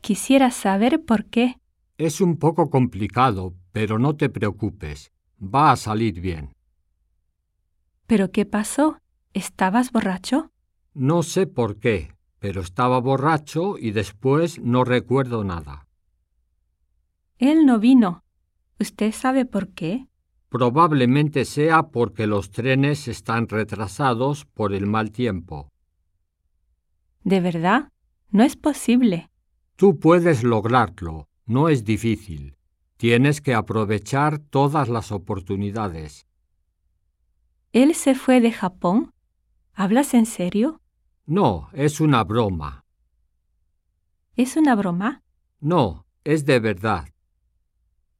Quisiera saber por qué. Es un poco complicado, pero no te preocupes. Va a salir bien. ¿Pero qué pasó? ¿Estabas borracho? No sé por qué, pero estaba borracho y después no recuerdo nada. Él no vino. ¿Usted sabe por qué? Probablemente sea porque los trenes están retrasados por el mal tiempo. ¿De verdad? No es posible. Tú puedes lograrlo, no es difícil. Tienes que aprovechar todas las oportunidades. ¿Él se fue de Japón? ¿Hablas en serio? No, es una broma. ¿Es una broma? No, es de verdad.